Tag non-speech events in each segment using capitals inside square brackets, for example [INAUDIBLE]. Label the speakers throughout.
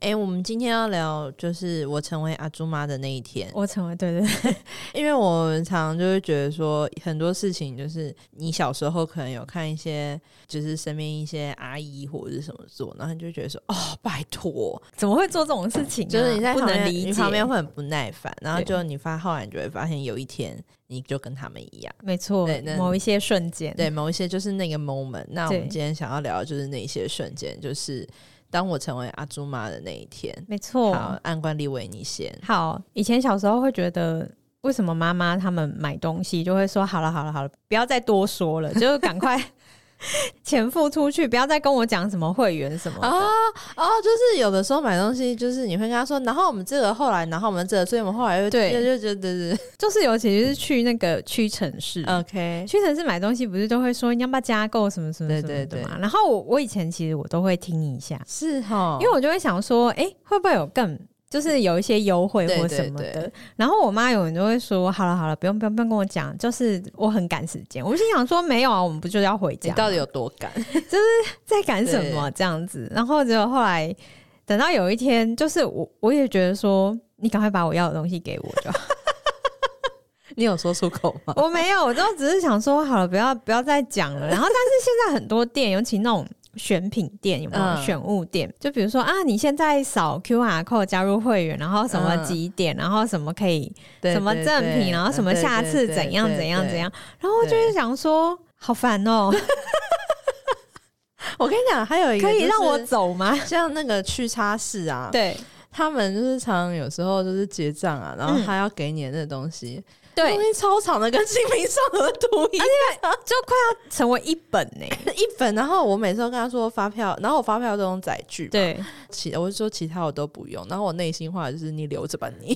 Speaker 1: 哎、我们今天要聊就是我成为阿朱妈的那一天，
Speaker 2: 我成为对对 [LAUGHS] 对，
Speaker 1: 因为我们常常就会觉得说很多事情就是你小时候可能有看一些就是身边一些阿姨或者是什么做，然后你就觉得说哦，拜托，
Speaker 2: 怎么会做这种事情啊、
Speaker 1: 就是你在
Speaker 2: 不
Speaker 1: 旁
Speaker 2: 能
Speaker 1: 边
Speaker 2: 理
Speaker 1: 你
Speaker 2: 解。
Speaker 1: 旁边会很不耐烦，然后
Speaker 2: 对
Speaker 1: 就你发后来你就会发现有一天你就跟他们一样。
Speaker 2: 没错
Speaker 1: 对那，
Speaker 2: 某一些瞬间，
Speaker 1: 对，某一些就是那个 moment。那我们
Speaker 2: 对
Speaker 1: 今天想要聊的就是那一些瞬间，就是当我成为阿朱妈的那一天。
Speaker 2: 没错。
Speaker 1: 好，按惯例为你先。
Speaker 2: 好，以前小时候会觉得，为什么妈妈他们买东西就会说好了好了好了，不要再多说
Speaker 1: [LAUGHS]
Speaker 2: 了，就是赶快 [LAUGHS] 钱付出去，不要再跟我讲什么会员什么的。
Speaker 1: 哦哦，就是有的时候买东西，就是你会跟他说，然后我们这个后来，然后我们这个，所以我们后来又
Speaker 2: 对
Speaker 1: 就就觉得
Speaker 2: 就是尤其是去那个屈臣氏，
Speaker 1: 嗯 OK，
Speaker 2: 屈臣氏买东西不是都会说你要不要加购什么什么什么的
Speaker 1: 对
Speaker 2: 嘛？
Speaker 1: 对
Speaker 2: 然后我我以前其实我都会听一下，
Speaker 1: 是哈，
Speaker 2: 因为我就会想说，哎、会不会有更就是有一些优惠
Speaker 1: 对
Speaker 2: 或
Speaker 1: 对
Speaker 2: 什么的？
Speaker 1: 对
Speaker 2: 然后我妈有人就会说，好了好了，不用不用不用跟我讲，就是我很赶时间。我心想说，没有啊，我们不就是要回
Speaker 1: 你
Speaker 2: 家吗？
Speaker 1: 到底有多敢？
Speaker 2: 在赶什么这样子？然后结果后来等到有一天，就是我我也觉得说，你赶快把我要的东西给我就好。
Speaker 1: 你有说出口
Speaker 2: [LAUGHS]
Speaker 1: 吗？
Speaker 2: 我没有，我就只是想说，好了，不要不要再讲了。然后但是现在很多店，尤其那种。选品店有没有
Speaker 1: 嗯
Speaker 2: 选物店？就比如说啊，你现在扫 QR code 加入会员，然后什么
Speaker 1: 嗯
Speaker 2: 几点，然后什么可以
Speaker 1: [LAUGHS] 对
Speaker 2: 什么
Speaker 1: 对
Speaker 2: 赠
Speaker 1: 对
Speaker 2: 品，然后什么
Speaker 1: 嗯对
Speaker 2: 下
Speaker 1: 对
Speaker 2: 次
Speaker 1: 对
Speaker 2: 怎样
Speaker 1: 对
Speaker 2: 怎样怎
Speaker 1: 对
Speaker 2: 样，然后我就
Speaker 1: 对
Speaker 2: 会想说，好烦
Speaker 1: [LAUGHS]
Speaker 2: 哦、
Speaker 1: 我跟你讲，还有一个
Speaker 2: 可以让我
Speaker 1: 就是
Speaker 2: 走吗？ [LAUGHS]
Speaker 1: 像那个去叉式啊，
Speaker 2: 对
Speaker 1: 他们就是常常有时候就是结账啊，然后
Speaker 2: 嗯
Speaker 1: 他要给你的那东西，
Speaker 2: 对，
Speaker 1: 东西超长的，跟《清明上河图》一样，
Speaker 2: 就快要成为一本
Speaker 1: [LAUGHS]
Speaker 2: 呢、
Speaker 1: 一本。然后我每次都跟他说发票，然后我发票都用载具，，
Speaker 2: 对，
Speaker 1: 其我就说其他我都不用。然后我内心话就是你留着吧你，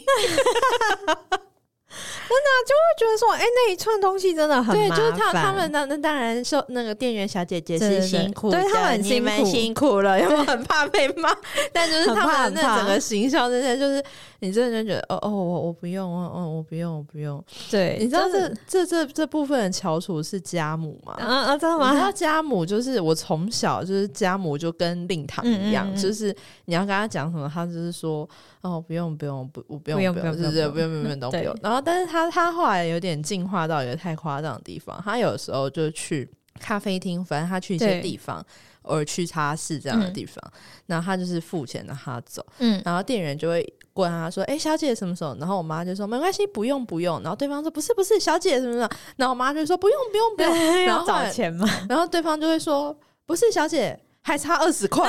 Speaker 2: 就觉得说，哎、那一串东西真的 [LAUGHS] 很
Speaker 1: 对，
Speaker 2: 麻
Speaker 1: 就是他
Speaker 2: 烦
Speaker 1: 他们那那当然说那个店员小姐姐
Speaker 2: 对
Speaker 1: 是
Speaker 2: 对对
Speaker 1: 辛苦的，
Speaker 2: 对他们很
Speaker 1: 你们
Speaker 2: 辛苦
Speaker 1: 辛苦了，有没有很怕被骂？但就是
Speaker 2: 很怕
Speaker 1: 他们
Speaker 2: 很
Speaker 1: 那
Speaker 2: 怕
Speaker 1: 整个形象这些，就是你真的就觉得哦哦，我我不用，哦哦我不用，我不用。
Speaker 2: 对，
Speaker 1: 你知道
Speaker 2: 就是
Speaker 1: 这这这这部分的翘楚是家母吗？
Speaker 2: 嗯嗯，真的
Speaker 1: 你知
Speaker 2: 吗？
Speaker 1: 道家母就是我从小就是家母就跟令堂一样，
Speaker 2: 嗯嗯嗯
Speaker 1: 就是你要跟他讲什么，他就是说哦不用不用不我不用
Speaker 2: 不用
Speaker 1: 用，
Speaker 2: 不
Speaker 1: 就
Speaker 2: 用
Speaker 1: 是不
Speaker 2: 不
Speaker 1: 用
Speaker 2: 用
Speaker 1: 不用都不
Speaker 2: 对
Speaker 1: 用。然后但是他他后来有点进化到一个太夸张的地方，他有时候就去咖啡厅，反正他去一些
Speaker 2: 对
Speaker 1: 地方，偶尔去茶室这样的
Speaker 2: 嗯
Speaker 1: 地方，然后他就是付钱让他走，
Speaker 2: 嗯，
Speaker 1: 然后店员就会。问他说：“哎、小姐什么时候？”然后我妈就说：“没关系，不用不用。”然后对方说：“不是不是，小姐什么什么。”然后我妈就说：“不用不用不用。”
Speaker 2: 对，[LAUGHS]
Speaker 1: 然
Speaker 2: 要
Speaker 1: 后后
Speaker 2: 找
Speaker 1: 来
Speaker 2: 钱嘛，
Speaker 1: 然后对方就会说：“不是，小姐，还差二十块。”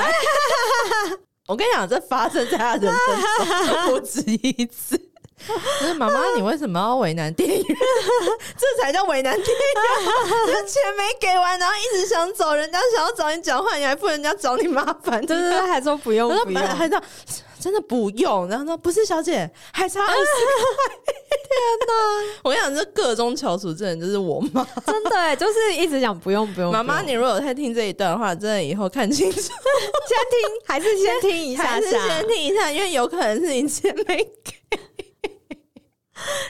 Speaker 1: [LAUGHS] 我跟你讲，这发生在他人生中不止一 [LAUGHS] 次。就是妈妈，你为什么要为难店员？ [LAUGHS] 这才叫为难店员！ [LAUGHS] 这钱没给完，然后一直想走，人家想要找你讲话，你还不人家找你麻烦，
Speaker 2: 对对对，还说呃不用 [LAUGHS]
Speaker 1: 然后
Speaker 2: 不用
Speaker 1: 本，来还这样，真的不用。然后说不是小姐，还差二十块。天 [LAUGHS] 哪！我跟你讲，这各中翘楚之人就是我妈。
Speaker 2: 真的欸就是一直讲不用不用。
Speaker 1: 妈妈，
Speaker 2: 不用
Speaker 1: 你如果有在听这一段的话，真的以后看清
Speaker 2: 先
Speaker 1: 楚，
Speaker 2: 听还是先听一下
Speaker 1: [LAUGHS] 还是
Speaker 2: 下
Speaker 1: 先？听一下，因为有可能是你姐妹。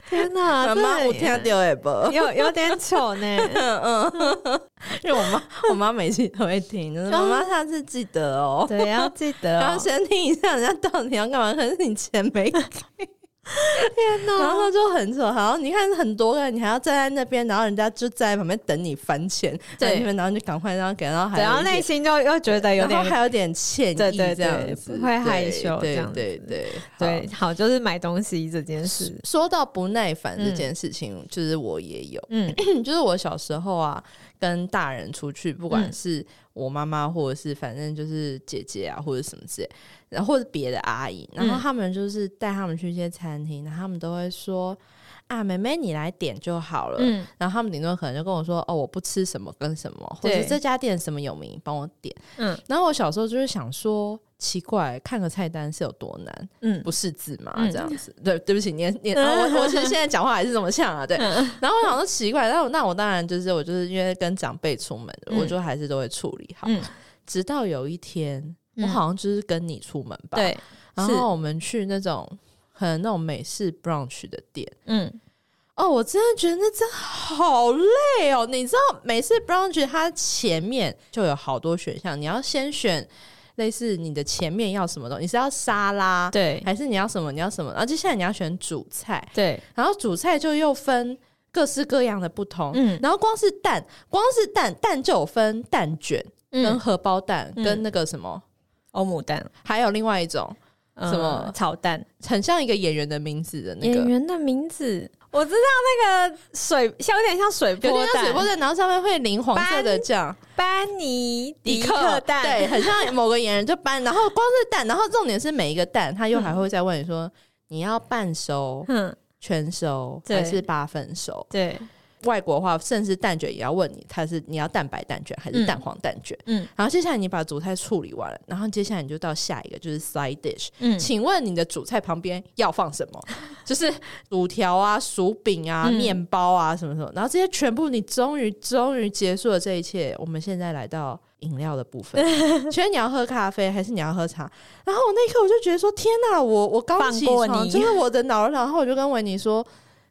Speaker 2: 天哪，
Speaker 1: [LAUGHS] 妈
Speaker 2: 真
Speaker 1: 妈，
Speaker 2: 的
Speaker 1: 我
Speaker 2: 耶
Speaker 1: 听到哎不？
Speaker 2: 有有点糗呢。
Speaker 1: [LAUGHS] 嗯嗯， [LAUGHS] 因为我妈，我妈每次都会听， [LAUGHS] 就是妈妈下次记得哦。
Speaker 2: 对，要记得
Speaker 1: 然
Speaker 2: 哦
Speaker 1: 后。先听一下人家到底要干嘛，可是你钱 [LAUGHS] 没给，
Speaker 2: 天
Speaker 1: 然
Speaker 2: 哪，
Speaker 1: 后就很扯。好像你看很多个人，你还要站在那边，然后人家就站在旁边等你翻钱，
Speaker 2: 对
Speaker 1: 在那边然后你就赶快然后给，然后还
Speaker 2: 对然后
Speaker 1: 有一点
Speaker 2: 内心就又觉得有
Speaker 1: 然后
Speaker 2: 点
Speaker 1: 还有点歉意，
Speaker 2: 对对对
Speaker 1: 这样子
Speaker 2: 会害羞
Speaker 1: 对
Speaker 2: 这样子
Speaker 1: 对对
Speaker 2: 对。好，就是买东西这件事，
Speaker 1: 说到不耐烦这件事情，就是我也有，
Speaker 2: 嗯，
Speaker 1: [CLEARS THROAT] 就是我小时候啊，跟大人出去，不
Speaker 2: 嗯
Speaker 1: 管是我妈妈，或者是反正就是姐姐啊，或者什么之类，然后或者别的阿姨，然后
Speaker 2: 嗯
Speaker 1: 他们就是带他们去一些餐厅，然后他们都会说。啊，妹妹，你来点就好了。
Speaker 2: 嗯
Speaker 1: 然后他们顶多可能就跟我说：“哦，我不吃什么跟什么，或者
Speaker 2: 对
Speaker 1: 这家店什么有名，帮我点。”
Speaker 2: 嗯
Speaker 1: 然后我小时候就是想说，奇怪，看个菜单是有多难，
Speaker 2: 嗯
Speaker 1: 不识字嘛，
Speaker 2: 嗯
Speaker 1: 这样子。对，对不起，念
Speaker 2: [LAUGHS]
Speaker 1: 念，啊我我其实现在讲话还是这么像啊，对。
Speaker 2: 嗯
Speaker 1: 然后我想说奇怪，那我那我当然就是我就是因为跟长辈出门，
Speaker 2: 嗯
Speaker 1: 我就还是都会处理好。
Speaker 2: 嗯，
Speaker 1: 直到有一天，
Speaker 2: 嗯
Speaker 1: 我好像就是跟你出门吧，，
Speaker 2: 对，
Speaker 1: 然
Speaker 2: 是
Speaker 1: 后我们去那种可能那种美式 brunch 的店。
Speaker 2: 嗯，
Speaker 1: 哦，我真的觉得那真的好累哦！你知道每次 brunch 它前面就有好多选项，你要先选类似你的前面要什么东西，你是要沙拉，，
Speaker 2: 对
Speaker 1: 还是你要什么？你要什么？然后接下来你要选主菜，
Speaker 2: 对，
Speaker 1: 然后主菜就又分各式各样的不同。
Speaker 2: 嗯
Speaker 1: 然后光是蛋，光是蛋蛋就有分蛋卷、跟
Speaker 2: 嗯，
Speaker 1: 荷包蛋、
Speaker 2: 嗯
Speaker 1: 跟那个什么，
Speaker 2: 欧姆蛋，
Speaker 1: 还有另外一种
Speaker 2: 呃
Speaker 1: 什么
Speaker 2: 炒蛋？
Speaker 1: 很像一个演员的名字的那
Speaker 2: 演
Speaker 1: 个，
Speaker 2: 员的名字我知道，那个水像有点像水
Speaker 1: 有
Speaker 2: 波
Speaker 1: 点像
Speaker 2: 蛋，
Speaker 1: 水波蛋，然后上面会淋黄色的酱。
Speaker 2: 班尼
Speaker 1: 迪
Speaker 2: 迪
Speaker 1: 克
Speaker 2: 克蛋，
Speaker 1: 对，很像某个演员就搬，然后光是蛋，然后重点是每一个蛋，他又还会再问你说、你要半熟、
Speaker 2: 嗯，
Speaker 1: 全熟
Speaker 2: 对
Speaker 1: 还是八分熟？
Speaker 2: 对，
Speaker 1: 外国话甚至蛋卷也要问你，它是你要蛋白蛋卷还是
Speaker 2: 嗯
Speaker 1: 蛋黄蛋卷？
Speaker 2: 嗯
Speaker 1: 然后接下来你把主菜处理完了，然后接下来你就到下一个就是 side dish，、
Speaker 2: 嗯
Speaker 1: 请问你的主菜旁边要放什么？ [LAUGHS] 就是薯条啊、薯饼啊、
Speaker 2: 嗯
Speaker 1: 面包啊什么什么，然后这些全部你终于终于结束了这一切。我们现在来到饮料的
Speaker 2: [LAUGHS]
Speaker 1: 部分，请问你要喝咖啡还是你要喝茶？然后我那一刻我就觉得说，天哪，我我刚
Speaker 2: 放
Speaker 1: 起
Speaker 2: 过
Speaker 1: 床，
Speaker 2: 你
Speaker 1: 就是我的脑，然后我就跟维尼说，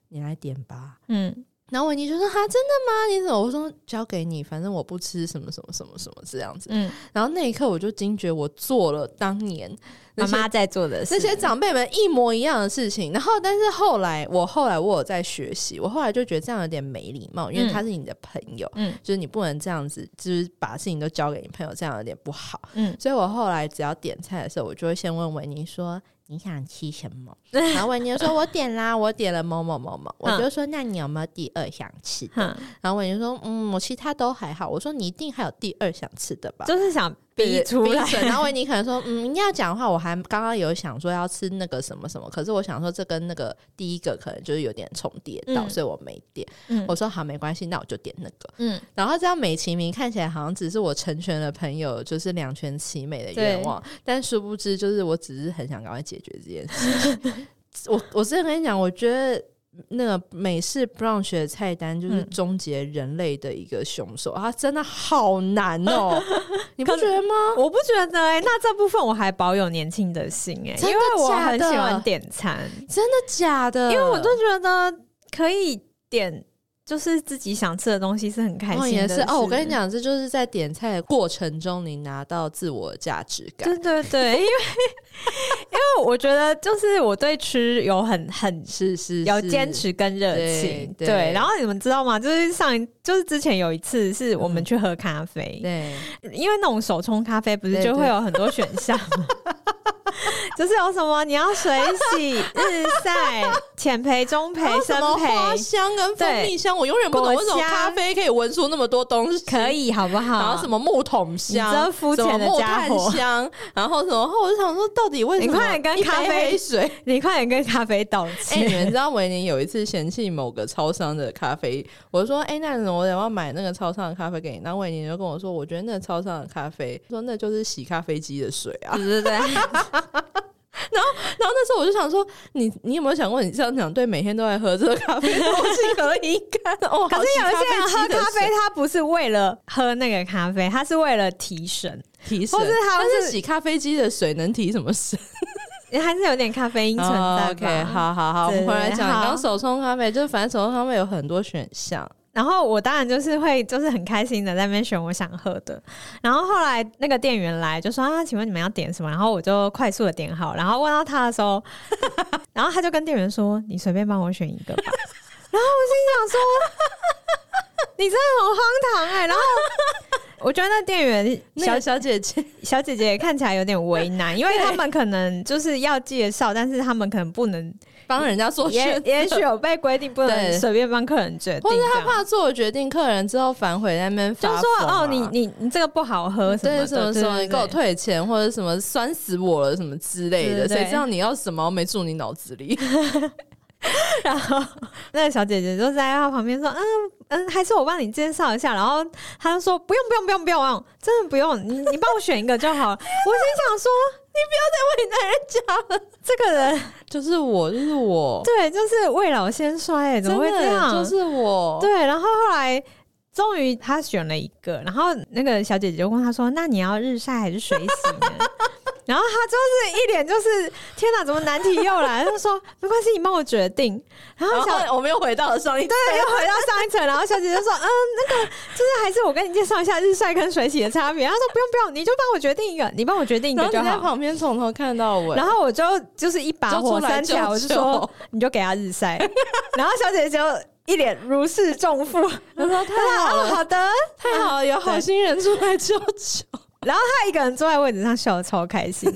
Speaker 1: 你来点吧。
Speaker 2: 嗯
Speaker 1: 然后维尼就说：“哈，真的吗？你怎么？”我说：“交给你，反正我不吃什么什么什么什么这样子。
Speaker 2: 嗯，”
Speaker 1: 然后那一刻我就惊觉，我做了当年那
Speaker 2: 妈
Speaker 1: 些
Speaker 2: 妈在做的事
Speaker 1: 那，些长辈们一模一样的事情。然后，但是后来我后来我有在学习，我后来就觉得这样有点没礼貌，因
Speaker 2: 嗯
Speaker 1: 为他是你的朋友，
Speaker 2: 嗯
Speaker 1: 就是你不能这样子，就是把事情都交给你朋友，这样有点不好。
Speaker 2: 嗯
Speaker 1: 所以我后来只要点菜的时候，我就会先问维尼说：“你想吃什
Speaker 2: [LAUGHS]
Speaker 1: 么？”然后维尼就说：“我点啦，我点了某某某某。”我
Speaker 2: 嗯
Speaker 1: 就说：“那你有没有第二想吃的？”
Speaker 2: 哼，
Speaker 1: 然后维尼说：“嗯，我其他都还好。”我说：“你一定还有第二想吃的吧？”
Speaker 2: 就是想逼出来，
Speaker 1: 逼然后维尼可能说：“嗯，要讲的话，我还刚刚有想说要吃那个什么什么，可是我想说这跟那个第一个可能就是有点重叠到，
Speaker 2: 嗯
Speaker 1: 所以我没点。
Speaker 2: 嗯
Speaker 1: 我说：“好，没关系，那我就点那个。”
Speaker 2: 嗯，
Speaker 1: 然后这样美其名看起来好像只是我成全了朋友，就是两全其美的愿望，但殊不知就是我只是很想赶快解决这件事 [LAUGHS] 情。我我真的跟你讲，我觉得。那个美式 brunch 的菜单就是
Speaker 2: 嗯
Speaker 1: 终结人类的一个凶手，它真的好难
Speaker 2: [LAUGHS]
Speaker 1: 哦，你不觉得吗？
Speaker 2: 我不觉得哎、那这部分我还保有年轻的心哎、
Speaker 1: 真的
Speaker 2: 因为我很
Speaker 1: 假的
Speaker 2: 喜欢点餐，
Speaker 1: 真的假的？
Speaker 2: 因为我就觉得可以点。就是自己想吃的东西是很开
Speaker 1: 哦
Speaker 2: 心的
Speaker 1: 也
Speaker 2: 事、
Speaker 1: 是哦，我跟你讲，这就是在点菜的过程中，你拿到自我的价值感
Speaker 2: 对。对对，因为 [LAUGHS] 因为我觉得就是我对吃有很很
Speaker 1: 是是
Speaker 2: 有
Speaker 1: 是
Speaker 2: 坚持跟热情，
Speaker 1: 对对
Speaker 2: 对。然后你们知道吗？就是上一就是之前有一次是我们去喝咖啡，
Speaker 1: 嗯对，
Speaker 2: 因为那种手冲咖啡不是
Speaker 1: 对
Speaker 2: 就会有很多选项吗？
Speaker 1: [LAUGHS]
Speaker 2: 就是有什么你要水洗、日晒、浅焙、中
Speaker 1: 还有
Speaker 2: 焙、
Speaker 1: 哦 [LAUGHS] 什
Speaker 2: 深
Speaker 1: 么花
Speaker 2: 焙，
Speaker 1: 香跟蜂蜜香，我永远不懂
Speaker 2: 果
Speaker 1: 为什么
Speaker 2: 香
Speaker 1: 咖啡可以闻出那么多东西。
Speaker 2: 可。以好不好？
Speaker 1: 然后什么木桶香，
Speaker 2: 你真肤浅的
Speaker 1: 什么木
Speaker 2: 家伙
Speaker 1: 炭香，然后什么，然后我就想说，到底为什么？
Speaker 2: 你快点跟咖啡
Speaker 1: 水。
Speaker 2: 你快点跟咖啡道
Speaker 1: [LAUGHS] 哎、
Speaker 2: 歉。
Speaker 1: 你们知道维尼有一次嫌弃某个超商的咖啡，我就说，哎、那我要买那个超商的咖啡给你。然后维尼就跟我说，我觉得那个超商的咖啡，说那就是洗咖啡机的水啊。 [LAUGHS]
Speaker 2: 对对对，
Speaker 1: 然后那时候我就想说，你你有没有想过，你这样讲对每天都在喝这个咖啡的东
Speaker 2: [LAUGHS]
Speaker 1: 西可以干哦？
Speaker 2: 可是有一些人喝
Speaker 1: 好
Speaker 2: 咖
Speaker 1: 洗机的水
Speaker 2: 啡，他不是为了喝那个咖啡，他是为了提神，
Speaker 1: 提神，
Speaker 2: 或是他
Speaker 1: 但
Speaker 2: 是
Speaker 1: 是洗咖啡机的水能提什么
Speaker 2: [LAUGHS]
Speaker 1: 神？
Speaker 2: 还是有点咖啡因存在
Speaker 1: o
Speaker 2: 吧。
Speaker 1: k 哦好好好，我们
Speaker 2: 对
Speaker 1: 回来讲
Speaker 2: 好
Speaker 1: 刚手冲咖啡，就是反正手冲咖啡有很多选项，
Speaker 2: 然后我当然就是会就是很开心的在那边选我想喝的，然后后来那个店员来就说啊，请问你们要点什么？然后我就快速的点好，然后问到他的时候， [LAUGHS] 然后他就跟店员说，你随便帮我选一个吧。 [LAUGHS] 然后我心想说，你真的很荒唐哎、然后我觉得那店员 [LAUGHS]
Speaker 1: 那
Speaker 2: 小
Speaker 1: 个小姐姐
Speaker 2: 小姐姐也看起来有点为难， [LAUGHS] 因为他们可能就是要介绍，但是他们可能不能，
Speaker 1: 帮人家做
Speaker 2: 也
Speaker 1: 选
Speaker 2: 也许有被规定不
Speaker 1: 对
Speaker 2: 能随便帮客人决定这
Speaker 1: [LAUGHS] 或
Speaker 2: 样，
Speaker 1: 者他怕做了决定，客人之后反悔在那边
Speaker 2: 就
Speaker 1: 发
Speaker 2: 说
Speaker 1: 疯啊嗯
Speaker 2: 哦，你你你这个不好喝什么
Speaker 1: 对
Speaker 2: 的，
Speaker 1: 什么什么，
Speaker 2: 对
Speaker 1: 你给我，退钱或者什么酸死我了什么之类的，
Speaker 2: 对对
Speaker 1: 谁
Speaker 2: 对
Speaker 1: 知道你要什么没住你脑子里？
Speaker 2: 对然后 [LAUGHS] 那个小姐姐就在她旁边说，嗯嗯，还是我帮你介绍一下。然后她就说不用不用不用不用，真的不用，你你帮我选一个就好了。我 [LAUGHS] 心想说，你不要再为难人家了，这个人
Speaker 1: 就是我，就是我，
Speaker 2: 对，就是未老先衰、欸怎么会这样？
Speaker 1: 真的就是我，
Speaker 2: 对，然后后来。终于，她选了一个，然后那个小姐姐就问她说：“那你要日晒还是水洗呢？” [LAUGHS] 然后他就是一脸就是天哪，怎么难题又来？他就说没关系，你帮我决定。然后
Speaker 1: 然
Speaker 2: 小
Speaker 1: 后我们又回到了上一对
Speaker 2: 对，又回到上一层，然后小姐就说：“嗯，那个就是还是我跟你介绍一下日晒跟水洗的差别。”她说：“不用不用，你就帮我决定一个，你帮我决定一
Speaker 1: 然
Speaker 2: 个
Speaker 1: 后
Speaker 2: 就
Speaker 1: 你在
Speaker 2: 好。
Speaker 1: 旁边从头看到”尾，
Speaker 2: 然后我就就是一把
Speaker 1: 就
Speaker 2: 火
Speaker 1: 出来
Speaker 2: 三
Speaker 1: 救
Speaker 2: 条，我就
Speaker 1: 救
Speaker 2: 说：“你就给他日晒。” [LAUGHS] 然后小姐就一脸如释重负，
Speaker 1: [LAUGHS] 他说太
Speaker 2: 她
Speaker 1: 好
Speaker 2: 说：“哦，
Speaker 1: 了，
Speaker 2: 好的。
Speaker 1: 太好了，有好心人出来救救。”
Speaker 2: 然后她一个人坐在位置上笑得超开
Speaker 1: [LAUGHS]
Speaker 2: 心，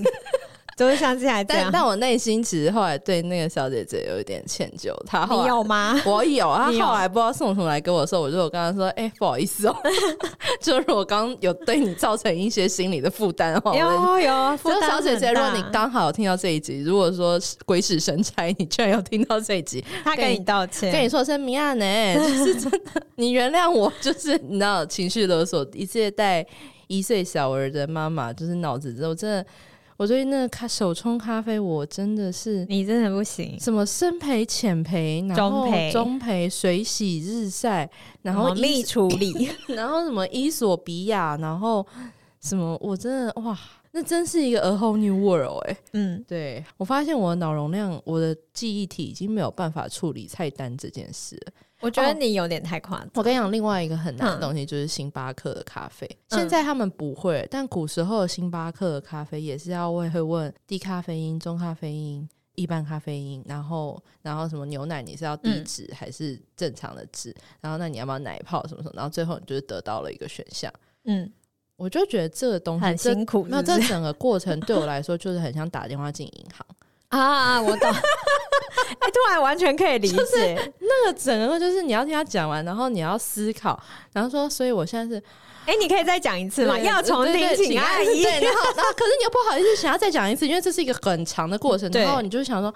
Speaker 2: 就是像之前这
Speaker 1: 但
Speaker 2: 样。
Speaker 1: 但我内心其实后来对那个小姐姐有一点歉疚，她后
Speaker 2: 你
Speaker 1: 来
Speaker 2: 有吗？
Speaker 1: 我有啊，
Speaker 2: 你有
Speaker 1: 她后来不知道送什么来给我的时候，我就有跟她说：“哎、不好意思哦， [LAUGHS] 就是我刚有对你造成一些心理的负担哦。”
Speaker 2: 有
Speaker 1: [LAUGHS]
Speaker 2: 有，负
Speaker 1: 就
Speaker 2: 担
Speaker 1: 小姐姐，
Speaker 2: 很
Speaker 1: 如
Speaker 2: 大
Speaker 1: 果你刚好有听到这一集，如果说是鬼使神差，你居然有听到这一集，
Speaker 2: 她跟你道歉，
Speaker 1: 跟你说声米
Speaker 2: [LAUGHS]
Speaker 1: 娅呢，就是真的，你原谅我，就是你知道情绪勒索，一切带一岁小儿的妈妈，就是脑子之后真的，我最近那个咖手冲咖啡，我真的是
Speaker 2: 你真的不行。
Speaker 1: 什么深培、浅培，然后
Speaker 2: 中培
Speaker 1: 中培、水洗、日晒，然
Speaker 2: 什
Speaker 1: 后
Speaker 2: 么
Speaker 1: 伊
Speaker 2: 蜜哦处理，
Speaker 1: [LAUGHS] 然后什么伊索比亚，然后什么，我真的哇，那真是一个 a whole new world 哎、
Speaker 2: 嗯，
Speaker 1: 对我发现我的脑容量，我的记忆体已经没有办法处理菜单这件事了。
Speaker 2: 我觉得
Speaker 1: 哦
Speaker 2: 你有点太夸张。
Speaker 1: 我跟你讲，另外一个很难的
Speaker 2: 嗯
Speaker 1: 东西就是星巴克的咖啡。
Speaker 2: 嗯
Speaker 1: 现在他们不会，但古时候的星巴克的咖啡也是要会会问低咖啡因、中咖啡因、一般咖啡因，然后然后什么牛奶你是要低
Speaker 2: 嗯
Speaker 1: 脂还是正常的脂，然后那你要不要奶泡什么什么，然后最后你就是得到了一个选项。
Speaker 2: 嗯，
Speaker 1: 我就觉得这个东西
Speaker 2: 很
Speaker 1: 这
Speaker 2: 辛苦
Speaker 1: 没有
Speaker 2: 是不
Speaker 1: 这
Speaker 2: 是
Speaker 1: 整个过程对我来说就是很像打电话进银
Speaker 2: [LAUGHS]
Speaker 1: 行，
Speaker 2: 啊啊，我懂。 [LAUGHS] 哎，突然完全可以理解。
Speaker 1: 那个整个就是你要听他讲完，然后你要思考，然后说，所以我现在是
Speaker 2: 哎，你可以再讲一次吗？
Speaker 1: 对
Speaker 2: 要重
Speaker 1: 对
Speaker 2: 听，
Speaker 1: 对
Speaker 2: 请阿姨。
Speaker 1: 对，然后然后可是你又不好意思想要再讲一次，因为这是一个很长的过程，
Speaker 2: 对
Speaker 1: 然后你就想说。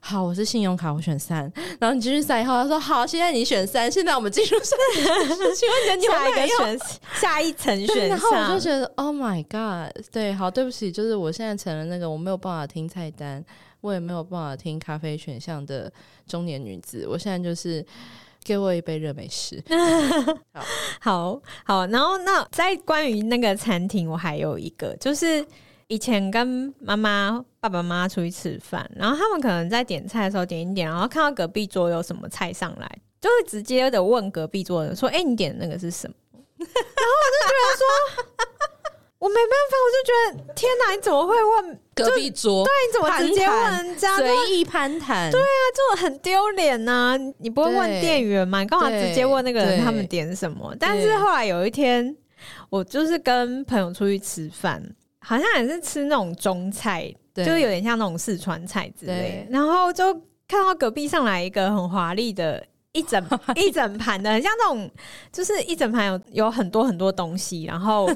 Speaker 1: 好，我是信用卡，我选三。然后你继续三以后，他说好，现在你选三，现在我们进入三。 [LAUGHS] 请问你的牛
Speaker 2: 下一
Speaker 1: 奶
Speaker 2: 个
Speaker 1: 要
Speaker 2: 选下一层
Speaker 1: 对
Speaker 2: 选
Speaker 1: 然后我就
Speaker 2: 项，
Speaker 1: 觉得 Oh my God，对，好，对不起，就是我现在成了那个我没有办法听菜单，我也没有办法听咖啡选项的中年女子，我现在就是给我一杯热美式。
Speaker 2: 好好。然后那在关于那个餐厅，我还有一个，就是以前跟妈妈、爸爸妈妈出去吃饭，然后他们可能在点菜的时候点一点，然后看到隔壁桌有什么菜上来，就会直接的问隔壁桌的人说：“哎、你点的那个是什么？” [LAUGHS] 然后我就觉得说，我没办法，我就觉得天哪，你怎么会问？你
Speaker 1: 隔壁桌
Speaker 2: 怎么直接
Speaker 1: 攀
Speaker 2: 问
Speaker 1: 谈
Speaker 2: 人家？对
Speaker 1: 随意攀谈，对
Speaker 2: 啊，这种很丢脸呐！你不会问
Speaker 1: 对
Speaker 2: 店员吗？你干嘛直接问那个人
Speaker 1: 对
Speaker 2: 他们点什么？但是后来有一天，我就是跟朋友出去吃饭，好像也是吃那种中菜
Speaker 1: 对
Speaker 2: 就是有点像那种四川菜之类
Speaker 1: 对。
Speaker 2: 然后就看到隔壁上来一个很华丽的一
Speaker 1: [LAUGHS]
Speaker 2: 整一整盘的，很像那种就是一整盘有有很多很多东西，然
Speaker 1: [LAUGHS]
Speaker 2: 后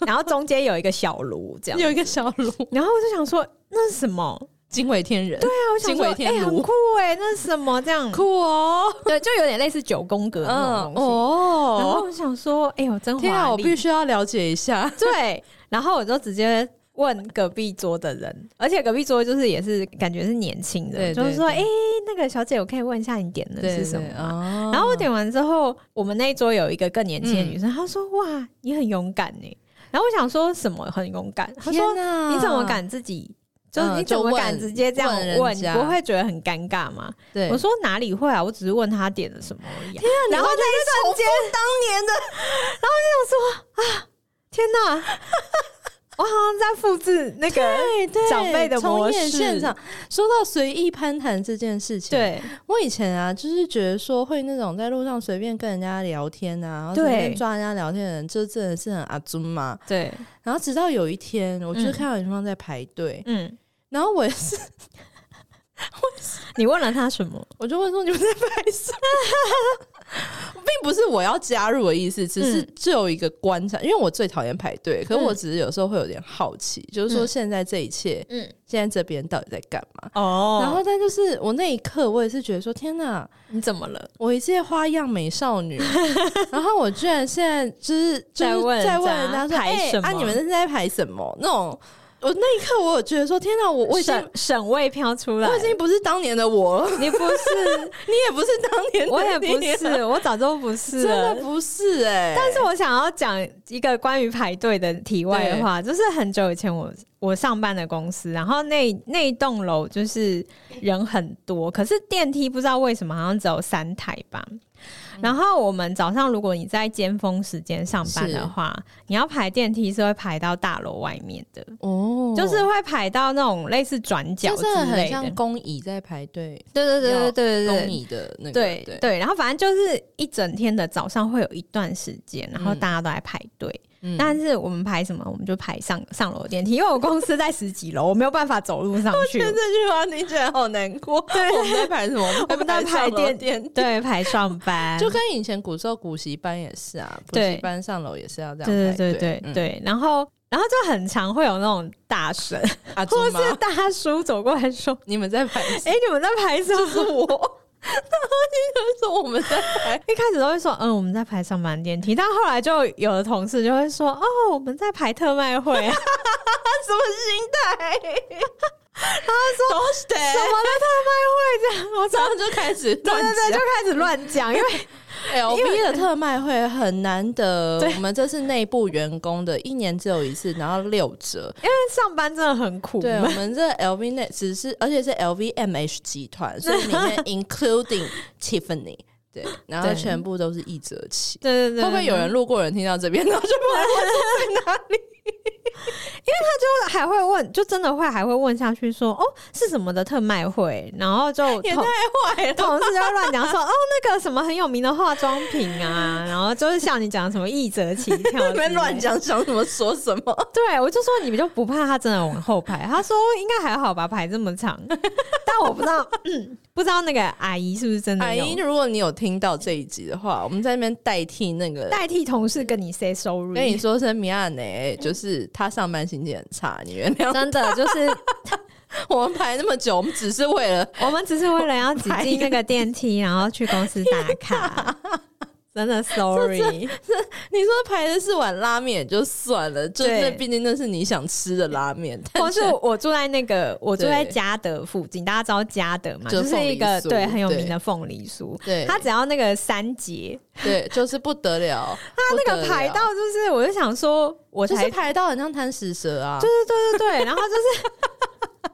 Speaker 2: 然后中间有一个小炉这样。
Speaker 1: 有一个小炉，
Speaker 2: 然后我就想说那是什么？
Speaker 1: 惊为天人，对啊，
Speaker 2: 那我想
Speaker 1: 惊为
Speaker 2: 说哎、
Speaker 1: 天炉
Speaker 2: 很酷哎、那是什么这样？
Speaker 1: 酷哦，
Speaker 2: [LAUGHS] 对，就有点类似九宫格那种
Speaker 1: 嗯
Speaker 2: 东西。然后
Speaker 1: 哦，
Speaker 2: 我想说，哎、呦，真
Speaker 1: 天啊，
Speaker 2: 华
Speaker 1: 我
Speaker 2: 丽。
Speaker 1: 必
Speaker 2: [LAUGHS]
Speaker 1: 须要了解一下，
Speaker 2: 对，然后我就直接问隔壁桌的人，而且隔壁桌就是也是感觉是年轻的，
Speaker 1: 对
Speaker 2: 就是说，哎、
Speaker 1: 对对
Speaker 2: 那个小姐，我可以问一下你点的是什么吗？
Speaker 1: 啊
Speaker 2: 然后我点完之后，我们那一桌有一个更年轻的女生，她说：“哇，你很勇敢呢。”然后我想说什么很勇敢？她说：“你怎么？
Speaker 1: 天哪
Speaker 2: 敢自己？”啊就是
Speaker 1: 嗯
Speaker 2: 你怎么
Speaker 1: 就问
Speaker 2: 敢直接这样
Speaker 1: 问人
Speaker 2: 问？你
Speaker 1: 家
Speaker 2: 不会觉得很尴尬吗？
Speaker 1: 对，
Speaker 2: 我说哪里会啊？我只是问她点了什么而已啊、
Speaker 1: 你
Speaker 2: 然后
Speaker 1: 完全
Speaker 2: 那一瞬间，
Speaker 1: 当年
Speaker 2: [LAUGHS]
Speaker 1: 的
Speaker 2: 啊天哪！我好像在复制那个
Speaker 1: 对对
Speaker 2: 长辈的模
Speaker 1: 重
Speaker 2: 式
Speaker 1: 演现场。说到随意攀谈这件事情，，啊
Speaker 2: 对
Speaker 1: 我以前啊，就是觉得说会那种在路上随便跟人家聊天啊，然后随便
Speaker 2: 对
Speaker 1: 抓人家聊天的人，就真的是很阿尊嘛。
Speaker 2: 对，
Speaker 1: 然后直到有一天，我就是
Speaker 2: 嗯
Speaker 1: 看到有地方在排队，
Speaker 2: 嗯，
Speaker 1: 然后我也是，
Speaker 2: 你问了他什么？
Speaker 1: 我就问说你们在拍什么？ [LAUGHS] 并不是我要加入的意思，只是
Speaker 2: 嗯
Speaker 1: 就一个观察，因为我最讨厌排队，可是我
Speaker 2: 嗯
Speaker 1: 只是有时候会有点好奇，就是说
Speaker 2: 嗯
Speaker 1: 现在这一切，
Speaker 2: 嗯，
Speaker 1: 现在这边到底在干嘛？
Speaker 2: 哦
Speaker 1: 然后，但就是我那一刻，我也是觉得说，天哪，
Speaker 2: 你怎么了？
Speaker 1: 我一介花样美
Speaker 2: [LAUGHS]
Speaker 1: 少女，然后我居然现在就是就是
Speaker 2: 在问人
Speaker 1: 在
Speaker 2: 家
Speaker 1: 问人家说，
Speaker 2: 排
Speaker 1: 哎、
Speaker 2: 什么
Speaker 1: 啊，你们是在排什么？那种。我那一刻我有觉得说，天哪，我我已经
Speaker 2: 省省味飘出来
Speaker 1: 我已，经不是当年的我了，
Speaker 2: 你不是，
Speaker 1: 你也不是当年的
Speaker 2: 我也 [LAUGHS] 不
Speaker 1: 你了
Speaker 2: 是，我早就不是
Speaker 1: 真的
Speaker 2: 了。
Speaker 1: 不是啊哎、
Speaker 2: 但是我想要讲一个关于排队的题外的话，就是很久以前我我上班的公司，然后那那一栋楼就是人很多，可是电梯不知道为什么好像只有三台吧。
Speaker 1: 嗯
Speaker 2: 然后我们早上如果你在尖峰时间上班的话，你要排电梯是会排到大楼外面的，
Speaker 1: 哦
Speaker 2: 就是会排到那种类似转角
Speaker 1: 就
Speaker 2: 之
Speaker 1: 是很
Speaker 2: 类的
Speaker 1: 像。公蚁在排队，
Speaker 2: 对对对对对对对
Speaker 1: 公蚁的那个
Speaker 2: 对
Speaker 1: 对，
Speaker 2: 对，然后反正就是一整天的早上会有一段时间，然后
Speaker 1: 嗯
Speaker 2: 大家都来排队。
Speaker 1: 嗯
Speaker 2: 但是我们排什么，我们就排上上楼电梯，因为我公司在十几楼，我没有办法走路上去
Speaker 1: 听。这句话听起来好难过。 [LAUGHS] 对，我们在排什么？
Speaker 2: 我们在排电
Speaker 1: 电梯。
Speaker 2: 对，排上班，
Speaker 1: [LAUGHS] 就跟以前古时候补习班也是啊，补
Speaker 2: 对
Speaker 1: 习班上楼也是要这样
Speaker 2: 对
Speaker 1: 排
Speaker 2: 对
Speaker 1: 队。
Speaker 2: 对对
Speaker 1: 嗯
Speaker 2: 对，然后然后就很常会有那种大
Speaker 1: [LAUGHS]
Speaker 2: 神
Speaker 1: 阿朱
Speaker 2: 或
Speaker 1: 吗？
Speaker 2: 是大叔走过来
Speaker 1: [LAUGHS]
Speaker 2: 说
Speaker 1: 你们在排什：“么？
Speaker 2: 哎，你们在排什么？”
Speaker 1: [LAUGHS]
Speaker 2: 我
Speaker 1: 说我们在排，
Speaker 2: [LAUGHS] 一开始都会说：“嗯，我们在排上班电梯。”但后来就有的同事就会说：“哦，我们在排特卖会啊。”
Speaker 1: [LAUGHS] 什么心
Speaker 2: [LAUGHS]
Speaker 1: 态？他说什
Speaker 2: 什
Speaker 1: [LAUGHS]
Speaker 2: 么的特卖会这样，我
Speaker 1: 这
Speaker 2: 操！
Speaker 1: 样就开始
Speaker 2: 对
Speaker 1: 乱
Speaker 2: 对对，就
Speaker 1: 讲。
Speaker 2: 开始乱讲，
Speaker 1: [LAUGHS]
Speaker 2: 因为
Speaker 1: L B 的特卖会很难得，
Speaker 2: 对
Speaker 1: 我们这是内部员工的，一年只有一次，然后六折。
Speaker 2: 因为上班真的很苦
Speaker 1: 对，哦我
Speaker 2: 闷，
Speaker 1: 们这 LV 那只是，而且是 LVMH 集团，所以
Speaker 2: [LAUGHS]
Speaker 1: 里面 including Tiffany，对，然后
Speaker 2: 对
Speaker 1: 全部都是一折起。
Speaker 2: 对对对，
Speaker 1: 会不会有人路过人听到这边，然后
Speaker 2: [LAUGHS]
Speaker 1: 就跑来问在哪里？
Speaker 2: 就还会问，就真的会还会问下去说，哦，是什么的特卖会？然后就
Speaker 1: 也
Speaker 2: 同
Speaker 1: 太坏了！
Speaker 2: 同事就会乱讲说， [LAUGHS] 哦，那个什么很有名的化妆品啊， [LAUGHS] 然后就是像你讲什么一折起跳，
Speaker 1: 你们乱。讲，想什么说什么。
Speaker 2: 对，我就说你们就不怕他真的往后排？他说应该还好吧，排这么
Speaker 1: [LAUGHS]
Speaker 2: 长。但我不知道， [COUGHS] 嗯，不知道那个阿姨是不是真的
Speaker 1: 阿
Speaker 2: 有
Speaker 1: 姨，如果你有听到这一集的话，我们在那边代替那个。
Speaker 2: 代替同事跟你 say sorry，
Speaker 1: 跟你说声米亚呢，就是他上班心情很差，你原
Speaker 2: [LAUGHS]
Speaker 1: 谅
Speaker 2: 真的就是
Speaker 1: 我们排那么久，我们只是为了
Speaker 2: 我们只是为了要挤进那个电梯，然后去公司打卡。真的 sorry，
Speaker 1: 你说排的是碗拉面也就算了，就是
Speaker 2: 对
Speaker 1: 毕竟那是你想吃的拉面，
Speaker 2: 或
Speaker 1: 但
Speaker 2: 是
Speaker 1: 是
Speaker 2: 我住在那个我住
Speaker 1: 对
Speaker 2: 在嘉德附近，大家知道嘉德嘛，
Speaker 1: 就
Speaker 2: 就是是一个
Speaker 1: 凤梨酥
Speaker 2: 对很有
Speaker 1: 对
Speaker 2: 名的凤梨酥。
Speaker 1: 对
Speaker 2: 它只要那个三节，
Speaker 1: [LAUGHS] 对，就是不得了。
Speaker 2: 它啊那
Speaker 1: 不
Speaker 2: 个
Speaker 1: 得了
Speaker 2: 排到就是，我就想说，我
Speaker 1: 就
Speaker 2: 才
Speaker 1: 是排到很像贪食蛇啊，
Speaker 2: 对对对对对，然后就是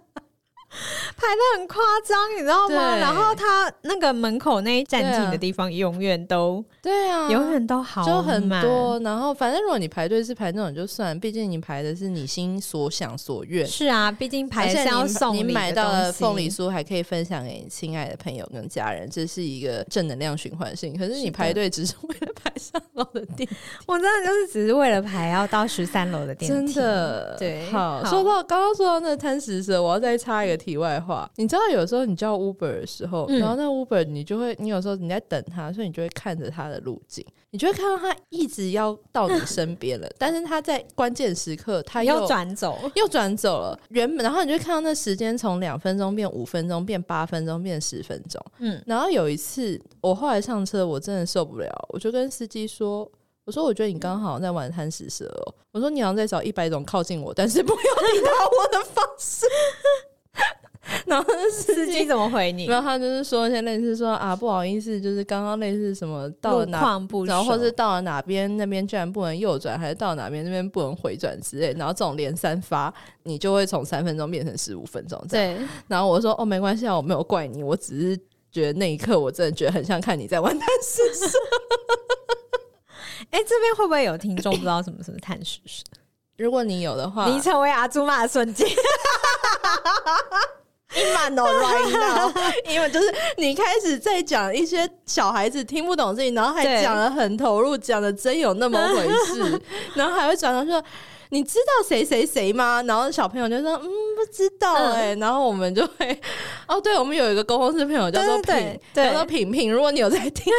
Speaker 2: 排的很夸张，你知道
Speaker 1: 对
Speaker 2: 吗？然后它那个门口那一站
Speaker 1: 对啊
Speaker 2: 停的地方，永远都
Speaker 1: 对啊，
Speaker 2: 永远都好
Speaker 1: 就很
Speaker 2: 满
Speaker 1: 多。然后反正如果你排队是排那种就算，毕竟你排的是你心所想所愿。
Speaker 2: 是啊，毕竟
Speaker 1: 而
Speaker 2: 排
Speaker 1: 且
Speaker 2: 是要送
Speaker 1: 你
Speaker 2: 礼
Speaker 1: 你
Speaker 2: 的
Speaker 1: 买到
Speaker 2: 东
Speaker 1: 了
Speaker 2: 西
Speaker 1: 凤梨，酥，还可以分享给你亲爱的朋友跟家人，这是一个正能量循环的事情。可是
Speaker 2: 是
Speaker 1: 你
Speaker 2: 的
Speaker 1: 排队只是为了 [LAUGHS] 排上楼的电
Speaker 2: 我真的就是只是为了排要到十三楼的电
Speaker 1: 真
Speaker 2: 梯，
Speaker 1: 的
Speaker 2: 对
Speaker 1: 好，
Speaker 2: 好
Speaker 1: 说到刚刚说到那个贪食蛇，我要再插一个题外话。你知道有时候你叫 Uber 的时候，
Speaker 2: 嗯
Speaker 1: 然后那 Uber 你就会，你有时候你在等他，所以你就会看着他的路径，你就会看到他一直要到你身边了，但是他在关键时刻他又
Speaker 2: 要。转
Speaker 1: [LAUGHS]
Speaker 2: 走，
Speaker 1: 又转走了，原本然后你就会看到那时间从两分钟变五分钟，变八分钟，变十分钟。
Speaker 2: 嗯，
Speaker 1: 然后有一次，我后来上车，我真的受不了，我就跟司机说：“我说我觉得你刚好在玩贪食蛇哦，我说你好像在找一百种靠近我，但是不要抵达我的方式。”然后那司
Speaker 2: 司机
Speaker 1: 机，
Speaker 2: 怎么回你？
Speaker 1: 然后他就是说一些类似说啊不好意思，就是刚刚类似什么到了
Speaker 2: 路
Speaker 1: 哪。
Speaker 2: 况不熟，
Speaker 1: 然后，或是到了哪边那边居然不能右转，还是到哪边那边不能回转之类，然后这种连三发，你就会从三分钟变成十五分钟这样。
Speaker 2: 对，
Speaker 1: 然后我说哦，没关系啊，我没有怪你，我只是觉得那一刻我真的觉得很像看你在玩贪食蛇。
Speaker 2: 哎，这边会不会有听众不知道什么什么探
Speaker 1: [COUGHS]
Speaker 2: 视蛇？
Speaker 1: [LAUGHS] 如果你有的话，
Speaker 2: 你成为阿朱玛的瞬间，
Speaker 1: [LAUGHS] 一满
Speaker 2: [LAUGHS]
Speaker 1: 哦 right now，因为就是你开始在讲一些小孩子听不懂的事情，然后还
Speaker 2: 对
Speaker 1: 讲的很投入，讲的真有那么回
Speaker 2: [LAUGHS]
Speaker 1: 事，然后还会转头说。你知道谁谁谁吗？然后小朋友就说：“嗯，不知道哎、然后我们就会，哦，对，我们有一个公共室朋友叫做
Speaker 2: 对对
Speaker 1: 品，
Speaker 2: 对对
Speaker 1: 叫做品品。如果你有在听